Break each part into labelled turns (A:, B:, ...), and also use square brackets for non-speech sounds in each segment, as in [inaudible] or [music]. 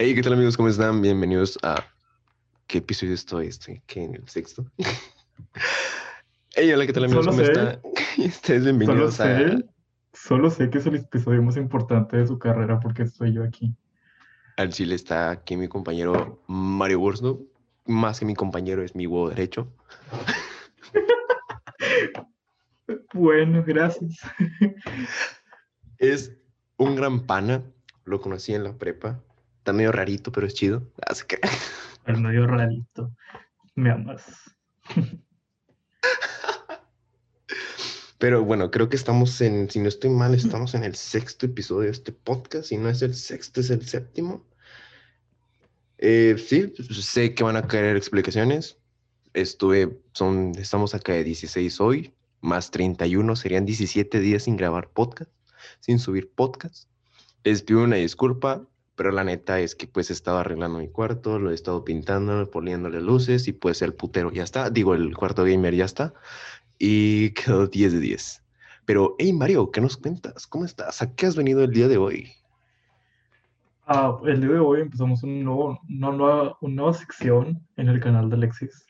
A: Hey, ¿qué tal amigos? ¿Cómo están? Bienvenidos a... ¿Qué episodio estoy? Estoy que en el sexto. [laughs] hey, hola, ¿qué tal amigos?
B: Solo
A: ¿Cómo
B: sé.
A: están? [laughs] Ustedes
B: Solo
A: bienvenidos a...
B: sé, solo sé que es el episodio más importante de su carrera porque estoy yo aquí.
A: Al Chile está aquí mi compañero Mario Borso. Más que mi compañero es mi huevo derecho.
B: Bueno, gracias.
A: Es un gran pana. Lo conocí en la prepa. Está medio rarito, pero es chido. Así que...
B: El medio rarito. Me amas.
A: Pero bueno, creo que estamos en... Si no estoy mal, estamos en el sexto episodio de este podcast. Si no es el sexto, es el séptimo. Eh, sí, sé que van a caer explicaciones. Estuve, son, estamos acá de 16 hoy, más 31, serían 17 días sin grabar podcast, sin subir podcast. Les pido una disculpa, pero la neta es que pues estaba arreglando mi cuarto, lo he estado pintando, poniéndole luces y pues el putero ya está, digo, el cuarto gamer ya está y quedó 10 de 10. Pero, hey Mario, ¿qué nos cuentas? ¿Cómo estás? ¿A qué has venido el día de hoy?
B: Ah, el día de hoy empezamos un nuevo, una, nueva, una nueva sección en el canal de Alexis,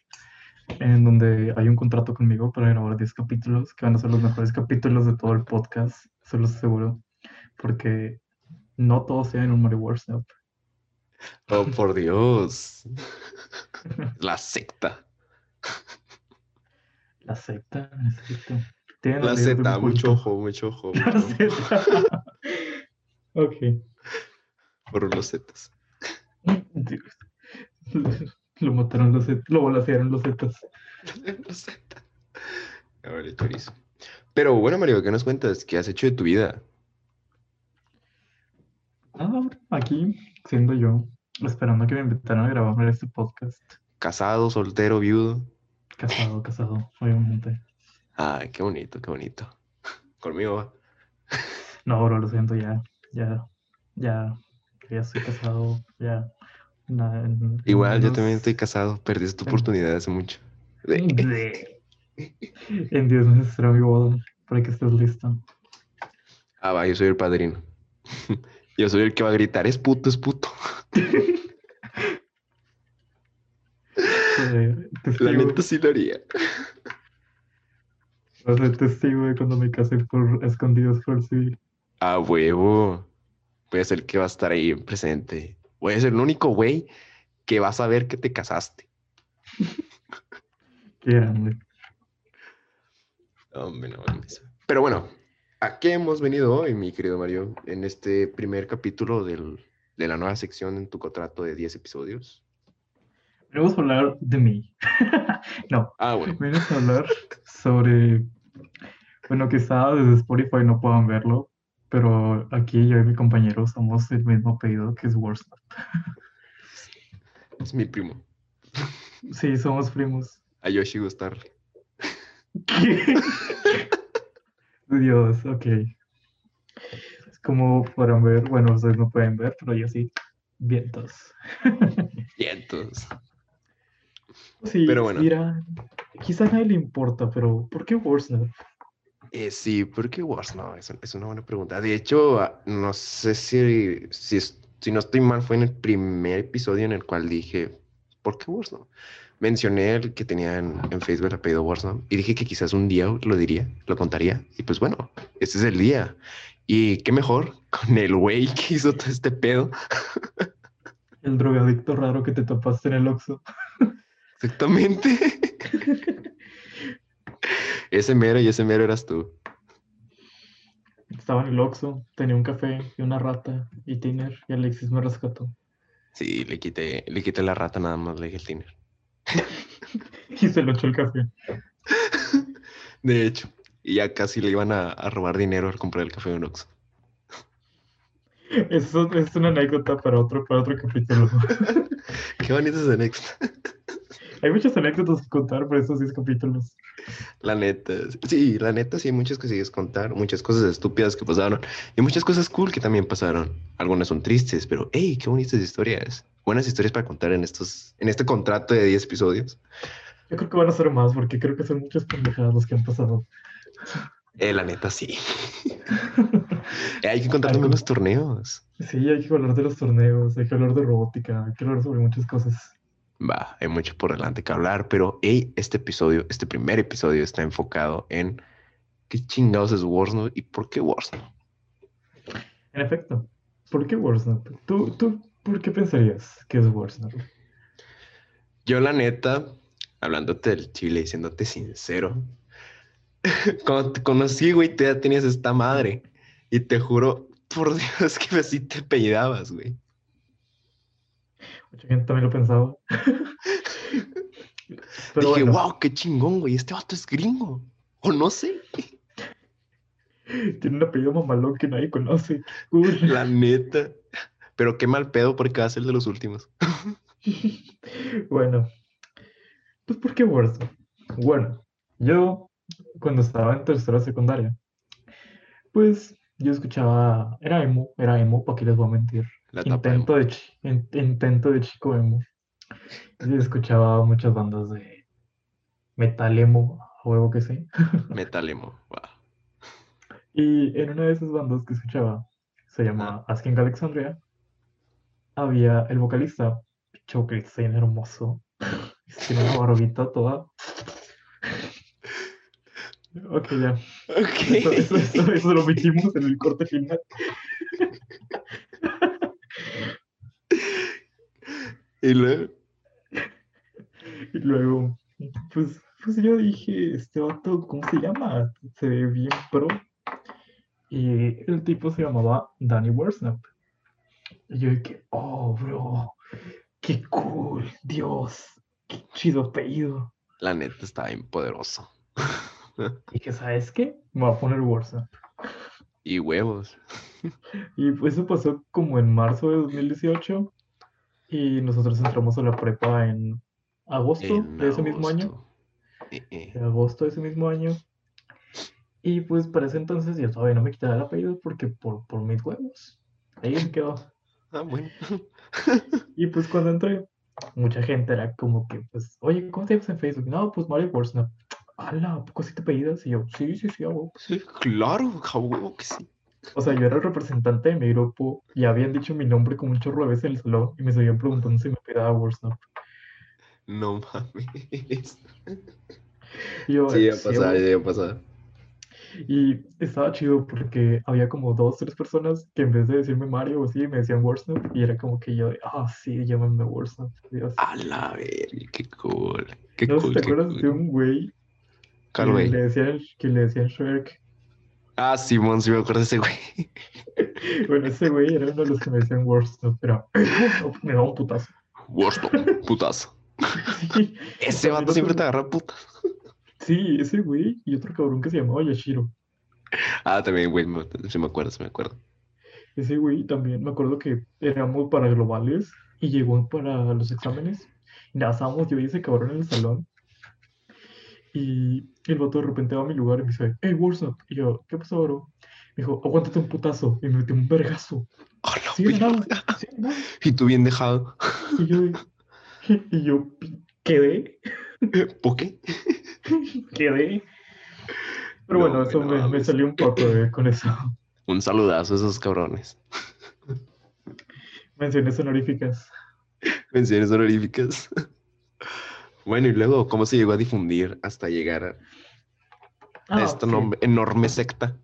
B: en donde hay un contrato conmigo para grabar 10 capítulos, que van a ser los mejores capítulos de todo el podcast, se los aseguro, porque no todos sean un Mario WhatsApp.
A: Oh, por Dios. La secta.
B: La secta, la secta. Tienen
A: La
B: las leyes de
A: secta,
B: un
A: mucho
B: culto.
A: ojo, mucho ojo. mucho ojo.
B: Zeta. [laughs] ok.
A: Por los Zetas. [laughs]
B: Dios. Lo mataron los Zetas. Lo volasearon los Zetas.
A: Los Zetas. A ver, el chorizo. Pero bueno, Mario, ¿qué nos cuentas? ¿Qué has hecho de tu vida?
B: Nada, bro, Ah, aquí, siendo yo, esperando que me invitaran a grabar este podcast.
A: ¿Casado, soltero, viudo?
B: Casado, casado, obviamente.
A: Ay, qué bonito, qué bonito. [laughs] Conmigo va.
B: No, bro, lo siento, ya, ya, ya, ya estoy casado, ya. na- en-
A: Igual, yo
B: unos-
A: también estoy casado. Perdí esta
B: Ten-
A: oportunidad hace mucho.
B: De- En 10 meses será mi boda, para que estés listo.
A: Ah, va, yo soy el padrino. [laughs] Yo soy el que va a gritar, es puto, es puto. [laughs]
B: Eh,
A: La
B: testigo.
A: neta sí lo haría.
B: Vas a ser testigo de cuando me casé por escondidos por el civil.
A: A Ah, huevo. Voy a ser el que va a estar ahí presente. Voy a ser el único güey que va a saber que te casaste.
B: Qué grande.
A: Hombre, no mames. Pero bueno, ¿a qué hemos venido hoy, mi querido Mario? En este primer capítulo del- de la nueva sección en tu contrato de 10 episodios.
B: Venimos a hablar de mí. no,
A: Ah, bueno.
B: venimos a hablar sobre. Bueno, quizá desde Spotify no puedan verlo, pero aquí yo y mi compañero usamos el mismo apellido que es Worst.
A: Es mi primo.
B: Sí, somos primos.
A: A Yoshi gustarle.
B: ¿Qué? Dios, ok. Como podrán ver, bueno, ustedes no pueden ver, pero yo sí. Vientos.
A: Y entonces.
B: Sí,
A: Pero bueno.
B: mira, quizá a nadie le importa, pero ¿por qué Warsnap?
A: Eh, sí, ¿por qué Wars? No, es, es una buena pregunta. De hecho, ah, no sé si, si, es- si no estoy mal, fue en el primer episodio en el cual dije, ¿por qué Wars? No? Mencioné el que tenía en, en Facebook el apellido Wars, ¿no? y dije que quizás un día lo diría, lo contaría. Y pues bueno, este es el día. Y qué mejor [laughs] con el güey que hizo todo este pedo.
B: El drogadicto raro que te topaste en el Oxxo.
A: Exactamente. ese mero y ese mero eras tú.
B: Estaba en el Oxxo, tenía un café y una rata y Tiner y Alexis me rescató. [laughs]
A: Sí, le quité, le quité la rata nada más, le dije el tiner.
B: Y se lo echó el café.
A: De hecho, y ya casi le iban a, a robar dinero al comprar el café de un Oxxo.
B: Eso es una anécdota para otro, para otro capítulo.
A: [laughs]
B: [laughs]
A: Qué bonito es el Next.
B: Hay muchas anécdotas que contar para estos 10 capítulos.
A: La neta. Sí, la neta, sí, hay muchas cosillas que contar, muchas cosas estúpidas que pasaron y muchas cosas cool que también pasaron. Algunas son tristes, pero hey, qué bonitas historias. Buenas historias para contar en estos, en este contrato de 10 episodios.
B: Yo creo que van a ser más porque creo que son muchas pendejadas las que han pasado.
A: Eh, la neta, sí. Eh, hay que contar también los torneos.
B: [laughs] Sí, hay que hablar de los torneos, hay que hablar de robótica, hay que hablar sobre muchas cosas.
A: Va, hay mucho por delante que hablar, pero hey, este episodio, este primer episodio está enfocado en qué chingados es Warzone y por qué Warzone.
B: En efecto, ¿por qué Warsnap? ¿Tú, ¿Tú por qué pensarías que es Warsnap?
A: Yo la neta, hablándote del chile, diciéndote sincero, [laughs] cuando te conocí, güey, tú ya tenías esta madre. Y te juro, por Dios, [laughs] que así te apellidabas, güey.
B: Mucha gente también
A: [laughs]
B: lo pensaba. Pero
A: Dije,
B: bueno,
A: wow, qué chingón, güey, este vato es gringo. O no sé,
B: tiene un apellido mamalón que nadie conoce. Cool. [laughs]
A: la neta. Pero qué mal pedo porque va a ser de los últimos.
B: Bueno, pues ¿por qué Warzone? Bueno, yo cuando estaba en tercera secundaria, pues yo escuchaba, era emo, era emo, ¿para qué les voy a mentir?
A: La tapa
B: Intento de, chi- in- intento de chico emo. Yo escuchaba muchas bandas de metal emo, a huevo que sí.
A: de metal emo. va.
B: Y en una de esas bandas que escuchaba, se llama Asking Alexandria, había el vocalista, Joe Christian, hermoso, [laughs] tiene una barbita toda. Ok, ya.
A: [laughs]
B: Eso, eso, eso, eso lo metimos en el corte final.
A: Y luego,
B: Y luego, pues, pues yo dije, este vato, ¿cómo se llama? Se ve bien pro. Y el tipo se llamaba Danny Worsnap. Y yo dije, oh, bro, qué cool, Dios, qué chido apellido.
A: la neta está bien poderoso.
B: Y que, ¿sabes qué? Me va a poner Worsnap.
A: Y huevos.
B: Y pues eso pasó como en marzo de 2018. Y nosotros entramos a la prepa en agosto
A: En
B: de ese mismo año.
A: agosto. Eh, eh.
B: de agosto de ese mismo año. Y pues para ese entonces yo todavía no me quitaba el apellido porque por, por mis huevos. Ahí me quedó.
A: Ah, bueno.
B: Y pues cuando entré, mucha gente era como que, pues, oye, ¿cómo te llamas en Facebook? No, pues Mario Worsnap. Ala, ¿a poco sí te apellidas? Y yo, sí, sí, sí, a huevo".
A: Sí, claro, a huevo que sí.
B: O sea, yo era el representante de mi grupo y habían dicho mi nombre como un chorro de veces en el salón y me seguían preguntando si me apellidaba Worsnap.
A: No mames.
B: Y yo,
A: Sí,
B: "Sí,
A: ya
B: a
A: pasaba,
B: huevo".
A: ya pasaba.
B: Y estaba chido porque había como dos, tres personas que en vez de decirme Mario o así, me decían Warsnap. Y era como que yo, de, ah, sí, llámame Warsnap. Dios.
A: A la verga, qué cool. Ah, Qué
B: No sé si
A: cool,
B: te
A: qué
B: acuerdas de
A: cool.
B: un güey que
A: ¿Cuál, güey?
B: le decían, que le decían Shrek. [laughs]
A: Ah, Simón, sí me acuerdo de ese güey. [laughs]
B: Bueno, ese güey era uno de los que me decían Warsnap, [laughs] pero Warsnap, me daba un putazo. [laughs]
A: Worsto, putazo.
B: Sí,
A: Ese vato siempre te agarra puta.
B: sí, ese güey y otro cabrón que se llamaba Yashiro.
A: Ah, también, güey, me- sí me acuerdo, sí me acuerdo.
B: Ese güey también, me acuerdo que éramos para globales y llegó para los exámenes. Y nada, estábamos yo y ese cabrón en el salón. Y el vato de repente va a mi lugar y me dice, hey, Warzone. Y yo, ¿qué pasó, bro? Me dijo, aguántate un putazo. Y me metió un vergazo.
A: Ah, la [laughs]
B: Sí, de
A: verga.
B: nada, sí, de nada.
A: Y tú bien dejado.
B: Y yo, y yo pi- quedé,
A: ¿Por qué?
B: quedé. Pero
A: No,
B: bueno, eso
A: güey, no
B: me, me
A: mames.
B: salió un poco eh, con eso. [laughs]
A: Un saludazo a esos cabrones.
B: Menciones honoríficas.
A: Menciones honoríficas. [laughs] Bueno, y luego, ¿cómo se llegó a difundir hasta llegar a
B: Ah,
A: esta
B: ok.
A: nom- enorme secta?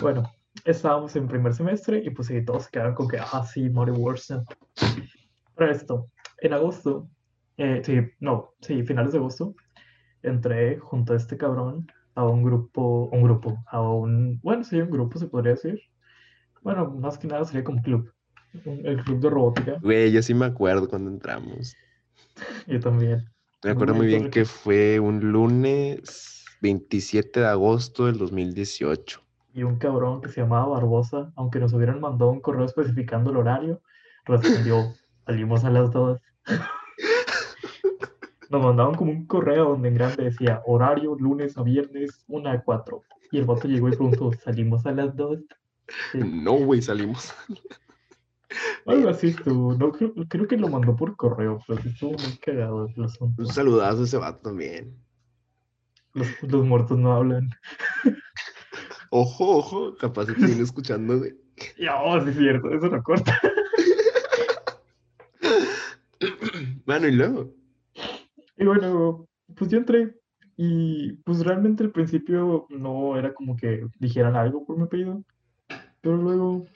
B: Bueno, estábamos en primer semestre y pues sí, todos se quedaron con que, ah, sí, Mario Warzone. Para esto, en agosto, eh, sí, no, sí, finales de agosto, entré junto a este cabrón a un grupo, un grupo, a un, bueno, sí, un grupo se podría decir. Bueno, más que nada sería como club, un- el club de robótica,
A: Güey, yo sí me acuerdo cuando entramos.
B: yo también.
A: Me acuerdo muy bien que fue un lunes 27 de agosto del 2018.
B: Y un cabrón que se llamaba Barbosa, aunque nos hubieran mandado un correo especificando el horario, respondió, salimos a las dos. Nos mandaron como un correo donde en grande decía horario lunes a viernes, una a 4. Y el vato llegó y preguntó, ¿salimos a las 2?
A: No, güey, salimos. [laughs]
B: Algo así estuvo. No, creo, creo que lo mandó Pues, por correo, pero sí estuvo muy cagado el asunto.
A: Un saludazo a ese vato también.
B: Los, los muertos no hablan.
A: Ojo, ojo, capaz se viene escuchando, güey.
B: [laughs] Ya, oh, sí es cierto, eso lo corta.
A: [clears throat] Bueno, y luego.
B: Y bueno, pues yo entré y pues realmente al principio no era como que dijeran algo por mi apellido, pero luego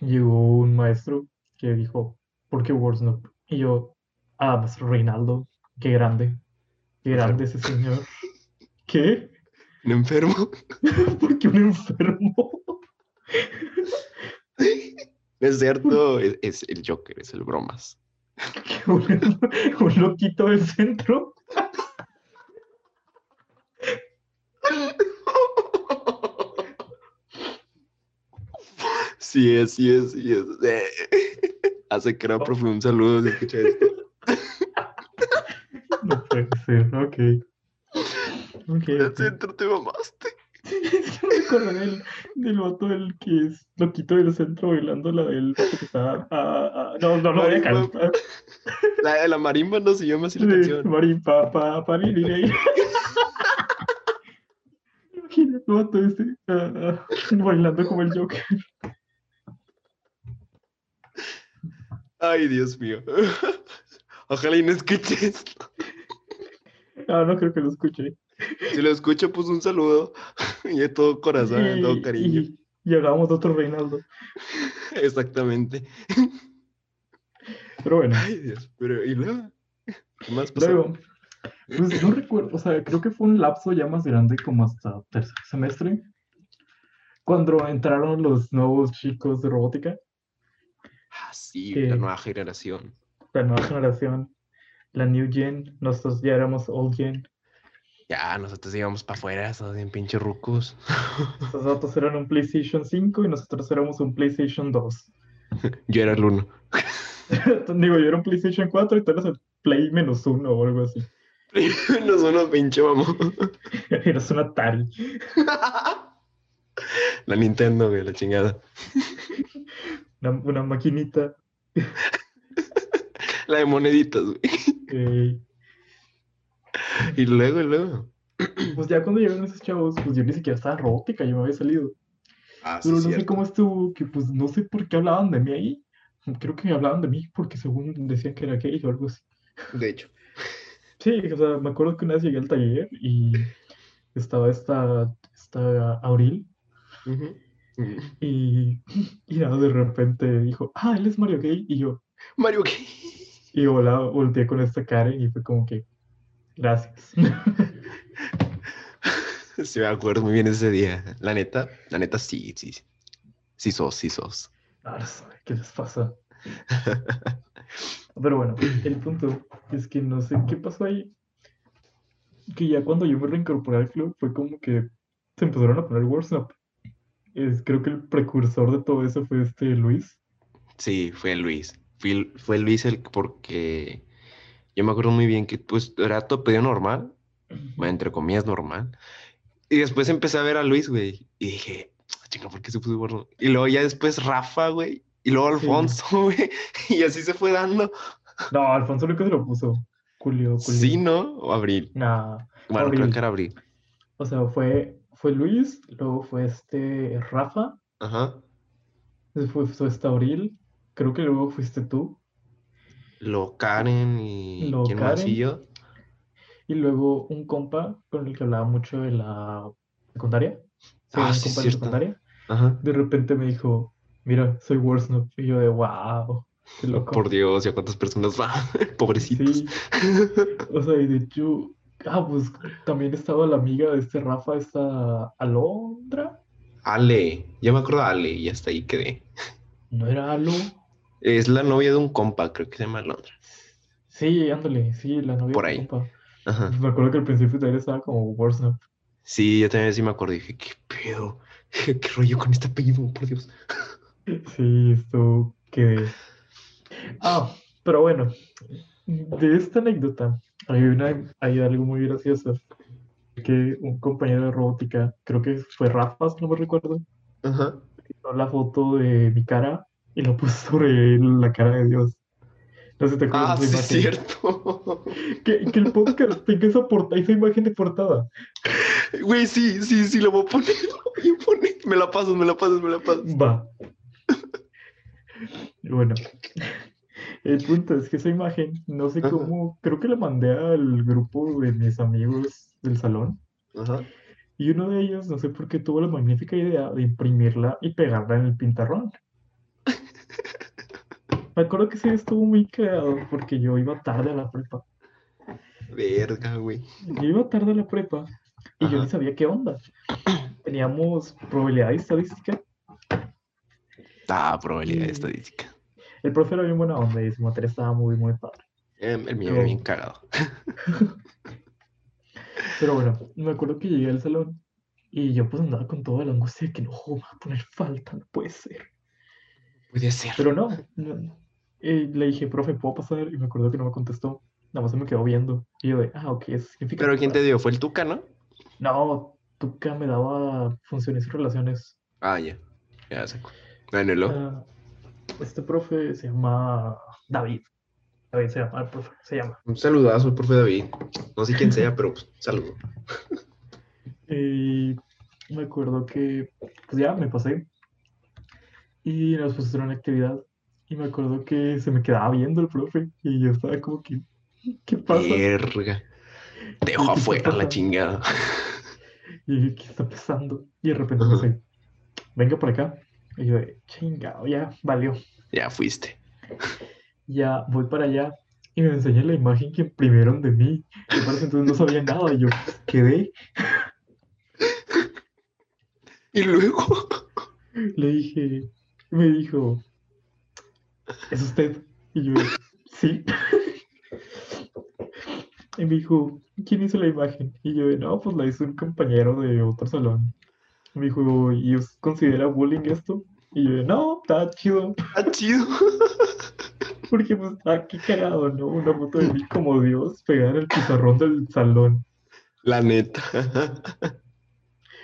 B: llegó un maestro que dijo, ¿por qué Worsnop? Y yo, ah, pues Reinaldo, qué grande, qué grande ese señor. [laughs] ¿Qué?
A: Un enfermo. [laughs]
B: ¿Por qué un enfermo? [laughs]
A: Es cierto, es, es el Joker, es el bromas. [laughs]
B: un, un loquito del centro.
A: Sí es, sí es, sí es. [laughs] Eh, Hace que era profe un saludo si escucha esto.
B: No puede ser, ok. Ok.
A: El
B: ok.
A: centro te mamaste.
B: [laughs] Es que me acordé del, del vato del que es loquito del centro bailando la del vato que está. ah, ah, no, no lo voy a
A: Marimba.
B: cantar.
A: La, la marimba no se llama así la
B: De
A: canción.
B: Marín, pa, pa, pa, li, li, [laughs] li. Imagínate el vato este ah, ah, bailando como el Joker.
A: Ay, Dios mío. [laughs] Ojalá y no escuches esto.
B: Ah, no creo que lo escuche.
A: Si lo escucho, pues un saludo. [laughs] Y de todo corazón, de todo
B: Y-
A: cariño.
B: Y, y hablábamos de otro Reinaldo.
A: Exactamente.
B: Pero bueno.
A: Ay, Dios. Pero, ¿y luego? ¿Qué más pasó?
B: Luego, pues no recuerdo, o sea, creo que fue un lapso ya más grande como hasta tercer semestre, cuando entraron los nuevos chicos de robótica,
A: Ah, sí,
B: que-
A: la nueva generación.
B: la nueva generación, la New Gen, nosotros ya éramos Old Gen,
A: Ya, nosotros íbamos para afuera, esos bien pinche rucos.
B: esos datos eran un PlayStation 5 y nosotros éramos un PlayStation 2.
A: Yo era el uno.
B: [laughs]
A: [laughs]
B: Digo, yo era un PlayStation 4 y tú eras el Play menos uno o algo así. [laughs]
A: Nos unos pinche mamón. [laughs]
B: Eras un Atari.
A: La Nintendo, güey, la chingada.
B: Una, una maquinita.
A: La de moneditas, güey.
B: eh,
A: Y luego, y luego.
B: pues ya cuando llegaron esos chavos, pues yo ni siquiera estaba en robótica, yo me había salido.
A: Ah,
B: Pero no sé cómo estuvo, que pues no sé por qué hablaban de mí ahí. Creo que hablaban de mí porque según decían que era gay o algo así.
A: De hecho.
B: Sí, o sea, me acuerdo que una vez llegué al taller y estaba esta, esta Auril y, y nada, de repente dijo, ah, él es Mario Gay. Y yo,
A: Mario, ¿qué?
B: y yo la volteé con esta Karen y fue como que, gracias.
A: [laughs]
B: [laughs]
A: Sí, me acuerdo muy bien ese día. La neta, la neta, sí, sí. Sí sos, sí sos. [laughs]
B: Ahora sabe qué les pasa. Pero bueno, el punto es que no sé qué pasó ahí. Que ya cuando yo me reincorporé al club fue como que se empezaron a poner WhatsApp. Es, creo que el precursor de todo eso fue este Luis.
A: Sí, fue Luis. Fui- fue Luis el porque yo me acuerdo muy bien que pues era todo pedido normal, bueno, entre comillas normal. Y después empecé a ver a Luis, güey, y dije, "Ah, chinga, ¿por qué se puso gordo? Y luego ya después Rafa, güey, y luego
B: Sí.
A: Alfonso, [laughs] güey, y así se fue dando.
B: No, Alfonso Lucas se lo puso. Julio, Julio.
A: Sí, ¿no? O Abril.
B: Nah.
A: Bueno, creo
B: Abril.
A: que era Abril.
B: O sea, fue, fue Luis, luego fue este Rafa,
A: Ajá.
B: después fue este Abril, creo que luego fuiste tú,
A: Lo Karen y
B: Lo
A: quién más
B: Karen.
A: y yo.
B: y luego un compa con el que hablaba mucho de la secundaria. Sí,
A: Ah,
B: un
A: sí,
B: compa
A: cierto.
B: de secundaria.
A: Ajá.
B: de repente me dijo, mira, soy Worsnop. Y yo de, wow, qué loco.
A: Por Dios, ¿y a cuántas personas va? [laughs] Pobrecitos.
B: Sí, o sea, y de hecho, ah, pues también estaba la amiga de este Rafa, esta Alondra.
A: Ale, ya me acuerdo de Ale y hasta ahí quedé.
B: ¿No era Alo?
A: Es la novia de un compa, creo que se llama Londra.
B: Sí, ándale, sí, la novia
A: Por
B: de
A: ahí. Ah.
B: compa. Pues,
A: Ajá.
B: Me acuerdo que al principio también estaba como Worsnop.
A: Sí, yo también sí me acuerdo. Dije, ¿qué pedo? ¿Qué rollo con este apellido? Por Dios.
B: Sí, esto que... Ah, pero bueno, de esta anécdota hay, una, hay algo muy gracioso. Que un compañero de robótica, creo que fue Rafa, si no me recuerdo,
A: Ajá.
B: quitó la foto de mi cara y la puso sobre la cara de Dios. No sé si te acuerdas
A: Ah,
B: de
A: sí,
B: esa
A: es
B: imagen.
A: cierto. [laughs]
B: Que, que el podcast tenga esa, porta- esa imagen de portada.
A: Güey, sí, sí, sí, lo voy a poner. [laughs] lo voy a poner. Me la pasas, me la pasas, me la pasas.
B: Va. Y
A: [laughs]
B: Bueno, el punto es que esa imagen, no sé
A: Ajá.
B: cómo, creo que la mandé al grupo de mis amigos del salón
A: Ajá.
B: y uno de ellos, no sé por qué, tuvo la magnífica idea de imprimirla y pegarla en
A: [laughs]
B: el pintarrón. Me acuerdo que sí estuvo muy cagado porque yo iba tarde a la prepa.
A: Verga, güey.
B: Yo iba tarde a la prepa y yo
A: Ajá.
B: ni sabía qué onda. Teníamos probabilidad y estadística.
A: Ah, probabilidad
B: Mm.
A: estadística.
B: El profe era bien buena onda y su materia estaba muy, muy padre.
A: Eh, el mío
B: Pero-
A: bien cagado.
B: Pero bueno, me acuerdo que llegué al salón y yo pues andaba con toda la angustia de que no, me va a poner falta, no puede ser.
A: Puede ser.
B: Pero no, no. Eh, le dije, profe, ¿puedo pasar? Y me acuerdo que no me contestó. Nada más se me quedó viendo. Y yo de, ah, ok, eso significa
A: Pero
B: que
A: ¿quién te dio? ¿Fue el Tuca, no?
B: pasa". No, Tuca me daba funciones y relaciones.
A: Ah, ya. Ya saco. Bueno, y luego.
B: Ah, este profe se llama David. David se llama, el profe se llama.
A: Ah, Un saludazo, profe David. No sé quién sea, pero pues, [laughs] saludo.
B: Y me acuerdo que, pues ya me pasé. Y nos pusieron una actividad. Y me acuerdo que se me quedaba viendo el profe. Y yo estaba como que, ¿qué pasa?
A: Verga. Te
B: ¿Qué
A: [laughs] dejo
B: está
A: afuera la
B: pasando?
A: chingada. [laughs]
B: Y dije, ¿qué está pasando? Y de repente me
A: Ajá.
B: dice, venga por acá. Y yo, de, chingado, ya valió.
A: Ya fuiste.
B: Ya voy para allá. Y me enseña la imagen que imprimieron de mí. Y para ese entonces no sabía nada. Y yo pues, quedé.
A: Y luego. [laughs]
B: Le dije, me dijo, ¿es usted? Y yo, sí. [laughs] Y me dijo, ¿quién hizo la imagen? Y yo, no, pues la hizo un compañero de otro salón. Me dijo, ¿y usted considera bullying esto? Y yo, no, está chido, [laughs]
A: Está ah, chido.
B: porque pues está qué cagado, ¿no? Una foto de mí como Dios pegada en el pizarrón del salón.
A: La neta. [laughs]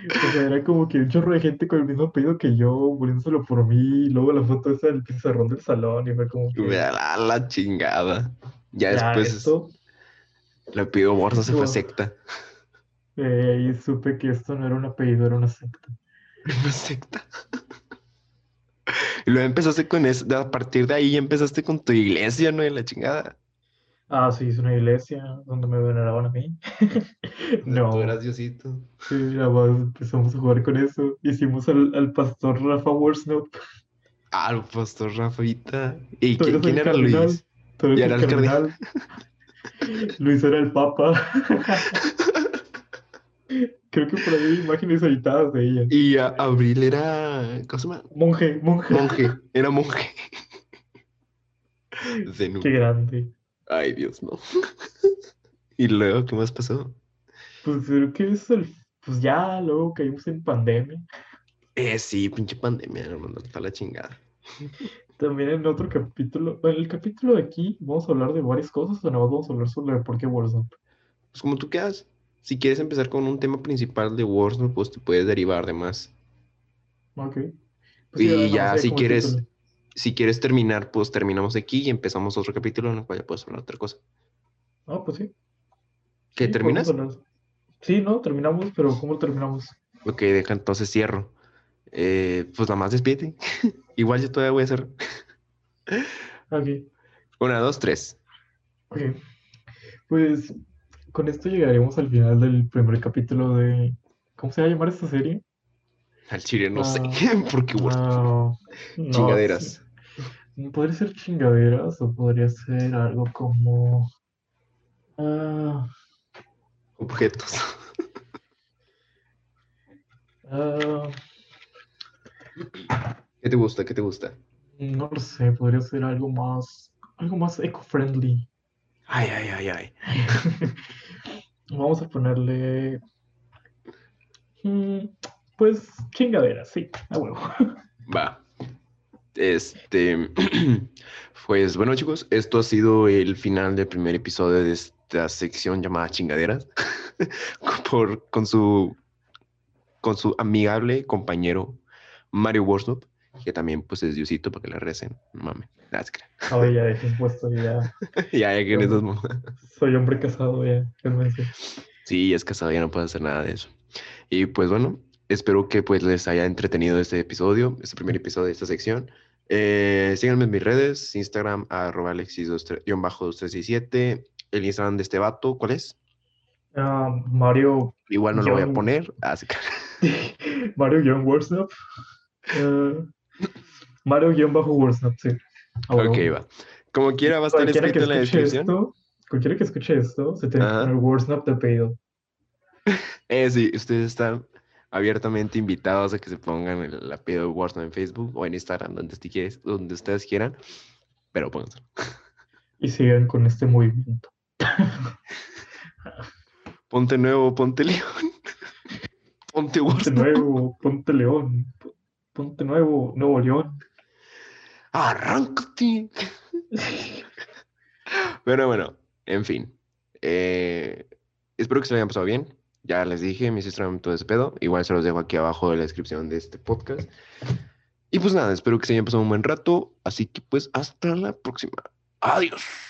B: O sea, era como que un chorro de gente con el mismo apellido que yo, burlándoselo por mí, y luego la foto esa del pizarrón del salón, y fue como que...
A: A la chingada. Ya
B: Ya,
A: después
B: esto,
A: le pidió Borsa, se fue a
B: No.
A: secta. [laughs]
B: eh, y supe que esto no era un apellido, era una secta.
A: Una secta. [laughs] Y luego empezaste con eso. A partir de ahí ya empezaste con tu iglesia, ¿no? De la chingada.
B: Ah, sí, es una iglesia donde me veneraban a mí. [laughs] No,
A: Tú eras Diosito.
B: sí, nada más empezamos a jugar con eso. Hicimos al, al pastor Rafa Worsnop.
A: Ah, el pastor Rafita. ¿Y
B: Tú
A: quién,
B: eres
A: quién
B: el
A: era
B: cardenal.
A: Luis?
B: Tú eres
A: Ya era el
B: cardenal.
A: [laughs]
B: Luis era el papa. Creo que por ahí hay imágenes editadas de ella.
A: Y a- Abril era. ¿Cómo se llama?
B: Monje, monje.
A: Monje. Era
B: [laughs]
A: monje. De nu-
B: Qué grande.
A: Ay, Dios, no. [laughs] Y luego, ¿qué más pasó?
B: Pues creo que es el... Pues ya, luego caímos en pandemia.
A: Eh, sí, pinche pandemia, hermano, está la chingada.
B: También en otro capítulo, en el capítulo de aquí vamos a hablar de varias cosas, o nada más vamos a hablar sobre por qué Warzone.
A: Pues como tú quedas, si quieres empezar con un tema principal de Warzone, pues te puedes derivar de más.
B: Ok. Pues
A: Y
B: nada más
A: ya,
B: sería
A: si
B: como el
A: quieres-
B: título.
A: Si quieres terminar, pues terminamos aquí y empezamos otro capítulo en el cual ya puedes hablar otra cosa.
B: Ah, pues sí.
A: ¿Qué
B: sí,
A: terminas?
B: podemos hablar. Sí, no, terminamos, pero ¿cómo terminamos?
A: Ok, deja, entonces cierro. Eh, pues nada más despídete. [laughs] Igual yo todavía voy a hacer.
B: Ok,
A: Una, dos, tres.
B: ok. Pues con esto llegaremos al final del primer capítulo de... ¿Cómo se va a llamar esta serie?
A: Al chile no sé, [laughs]
B: Ah,
A: porque Warzone.
B: Ah, no,
A: Chingaderas.
B: sí. Podría ser chingaderas o podría ser algo como... Ah...
A: Objetos. [laughs]
B: ah,
A: ¿Qué te gusta? ¿Qué te gusta?
B: No lo sé, podría ser algo más, algo más eco-friendly.
A: Ay, ay, ay, ay.
B: Vamos a ponerle, mm, pues, chingadera, sí, a [laughs] huevo.
A: Va. Este, [clears throat] pues bueno chicos, esto ha sido el final del primer episodio de esta sección llamada [laughs] Chingaderas, por, con su, con su amigable compañero Mario Worsnop, que también pues es Diosito para que le recen. No mames, láscra.
B: Ahora ya dejes puesto ya.
A: [laughs] ya, ya que en
B: Yo-
A: esas mamadas.
B: Soy hombre casado ya. cálmense.
A: Sí, ya es casado, ya no puedes hacer nada de eso. Y pues bueno, espero que pues les haya entretenido este episodio, este primer episodio de esta sección. Eh, síganme en mis redes, Instagram, arroba alexis-237, el Instagram de este vato, ¿cuál es?
B: Ah, Mario, [laughs]
A: Igual no lo voy a
B: Yo-
A: poner, ah, así que
B: Mario guión Worsnop. Mario guión bajo Worsnop, sí. Ah, bueno.
A: ok, va. Como quiera, va a estar
B: Cualquiera que
A: escrito en la
B: escuche
A: descripción.
B: esto, cualquiera que escuche esto, se tiene que
A: Ajá.
B: poner Worsnop de apellido.
A: Eh, sí, ustedes están abiertamente invitados a que se pongan el, el apellido de Warzone en Facebook o en Instagram, donde, tú quieres- donde ustedes quieran, pero pues, pónganse.
B: Y sigan con este movimiento.
A: Ponte nuevo, ponte león. [laughs] Ponte
B: Ponte
A: Warzone.
B: nuevo, ponte león, po- ponte nuevo, nuevo león. [laughs]
A: Arráncate. Pero bueno, en fin. Eh, espero que se lo hayan pasado bien. Ya les dije, mis Instagram, todo ese pedo. Igual se los dejo aquí abajo de la descripción de este podcast. Y pues nada, espero que se hayan pasado un buen rato. Así que pues hasta la próxima. Adiós.